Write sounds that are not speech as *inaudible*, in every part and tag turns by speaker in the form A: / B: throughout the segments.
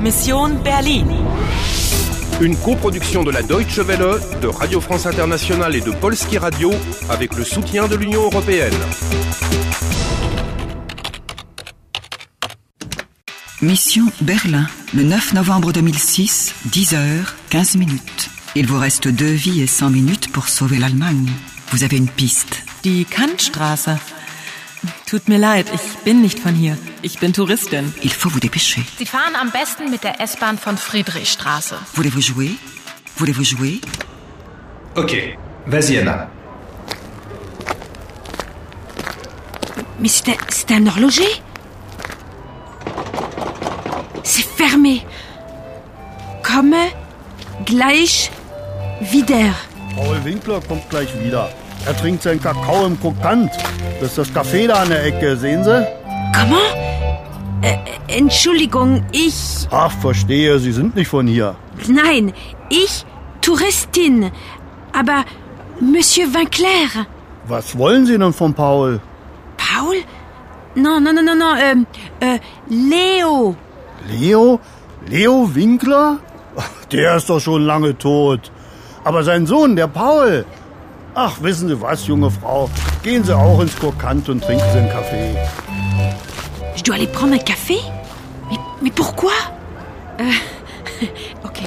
A: Mission Berlin.
B: Une coproduction de la Deutsche Welle, de Radio France Internationale et de Polski Radio avec le soutien de l'Union européenne.
C: Mission Berlin, le 9 novembre 2006, 10h, 15 minutes. Il vous reste deux vies et 100 minutes pour sauver l'Allemagne. Vous avez une piste.
D: Die Kantstraße. Tut mir leid, ich bin nicht von hier. Ich bin Touristin.
C: Il faut vous dépêcher.
E: Sie fahren am besten mit der S-Bahn von Friedrichstraße.
C: Voulez-vous jouer Voulez-vous jouer
F: Ok, vas-y Anna.
G: Mais c'est un, c'est un horloger C'est fermé. Komme gleich wieder.
H: Paul Winkler kommt gleich wieder. Er trinkt seinen Kakao im Krokant. Das ist das Café da an der Ecke, sehen Sie?
G: Comment Äh, Entschuldigung, ich.
H: Ach, verstehe, Sie sind nicht von hier.
G: Nein, ich Touristin. Aber Monsieur Winkler.
H: Was wollen Sie denn von Paul?
G: Paul Non, non, non, non, non. Ähm, äh, Leo.
H: Leo? Leo Winkler? Der ist doch schon lange tot. Aber sein Sohn, der Paul. Ach, wissen Sie was, junge Frau? Gehen Sie auch ins Krokant und trinken Sie einen Kaffee.
G: Je dois aller prendre un café Mais, mais pourquoi Euh, *laughs* Ok.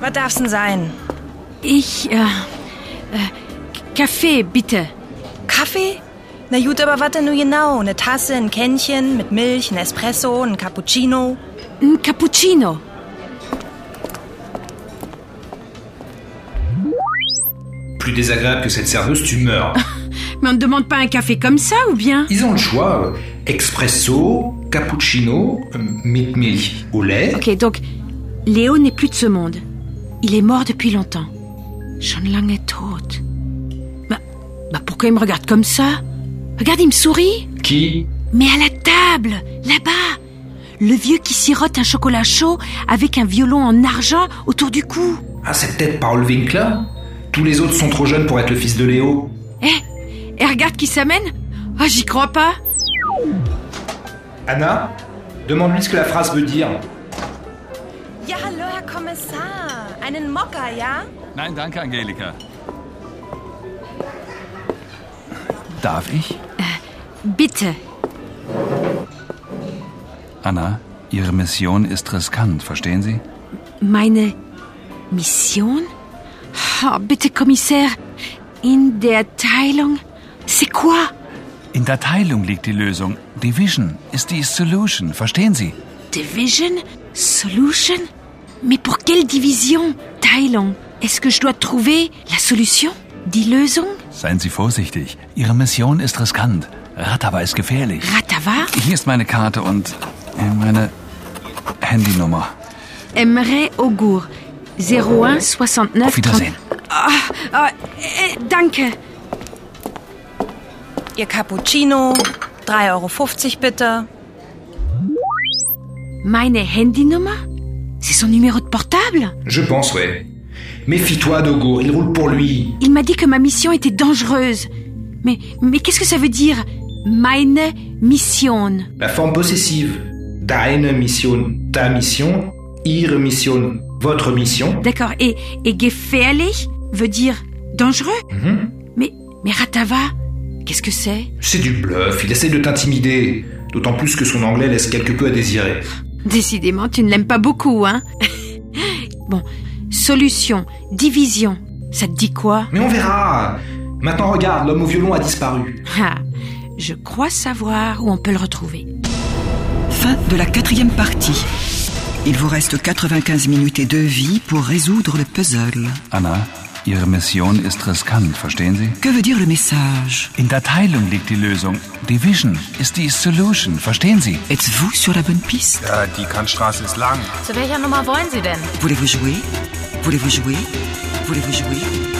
I: Was darf's denn sein?
G: Ich. Äh, äh, Kaffee, bitte.
I: Kaffee? Na gut, aber was denn nun genau? Eine Tasse, ein Kännchen mit Milch, ein Espresso, ein Cappuccino?
G: Ein Cappuccino.
F: Plus désagréable que cette serveuse, tu meurs.
G: Mais on ne demande pas un café comme ça, ou bien
F: Ils ont le choix. euh, Expresso, cappuccino, euh, mit milch au lait.
G: Ok, donc, Léo n'est plus de ce monde. Il est mort depuis longtemps. Schon lange tot. Bah, bah pourquoi il me regarde comme ça Regarde, il me sourit.
F: Qui
G: Mais à la table, là-bas, le vieux qui sirote un chocolat chaud avec un violon en argent autour du cou.
F: Ah, c'est peut-être Paul Winkler Tous les autres sont trop jeunes pour être le fils de Léo.
G: Eh, et regarde qui s'amène. Ah, j'y crois pas.
F: Anna, demande-lui ce que la phrase veut dire.
I: Ja, hallo, Herr Kommissar. Einen Mokka, ja?
J: Nein, danke, Angelika. Darf ich?
G: Bitte.
J: Anna, Ihre Mission ist riskant, verstehen Sie?
G: Meine Mission? Ah, bitte, Kommissar. In der Teilung? C'est quoi?
J: In der Teilung liegt die Lösung. Division ist die Solution, verstehen Sie?
G: Division? Solution? Mais pour quelle division? Teilung. Est-ce que je dois trouver la solution? Die Lösung?
J: Seien Sie vorsichtig. Ihre Mission ist riskant. Rattaba ist gefährlich.
G: Ratava?
J: Hier ist meine Karte und äh, meine Handynummer.
G: Emre Augur. 01 69
J: Auf Wiedersehen.
G: Ah, äh, danke.
I: Ihr Cappuccino, 3,50 Euro bitte.
G: Meine Handynummer? C'est son numéro de portable?
F: Je pense, ouais. Méfie-toi, Dogo, il roule pour lui.
G: Il m'a dit que ma mission était dangereuse. Mais, mais qu'est-ce que ça veut dire Meine Mission.
F: La forme possessive. Deine Mission, ta mission, ihre Mission, votre mission.
G: D'accord. Et, et gefährlich veut dire dangereux. Mais, mais Ratava, qu'est-ce que c'est
F: C'est du bluff, il essaie de t'intimider. D'autant plus que son anglais laisse quelque peu à désirer.
G: Décidément, tu ne l'aimes pas beaucoup, hein *laughs* Bon, solution, division, ça te dit quoi *laughs*
F: Mais on verra. Maintenant, regarde, l'homme au violon a disparu.
G: Ah, je crois savoir où on peut le retrouver.
C: Fin de la quatrième partie. Il vous reste 95 minutes et deux vies pour résoudre le puzzle.
J: Anna, Ihre Mission ist riskant, verstehen Sie?
C: Que veut dire le message
J: In der Teilung liegt die Lösung. Division ist die Solution, verstehen Sie?
C: Êtes-vous sur la bonne piste
K: Ja, die Kantstraße ist lang.
E: Zu welcher Nummer wollen Sie denn?
C: Voulez-vous jouer Voulez-vous jouer Voulez-vous jouer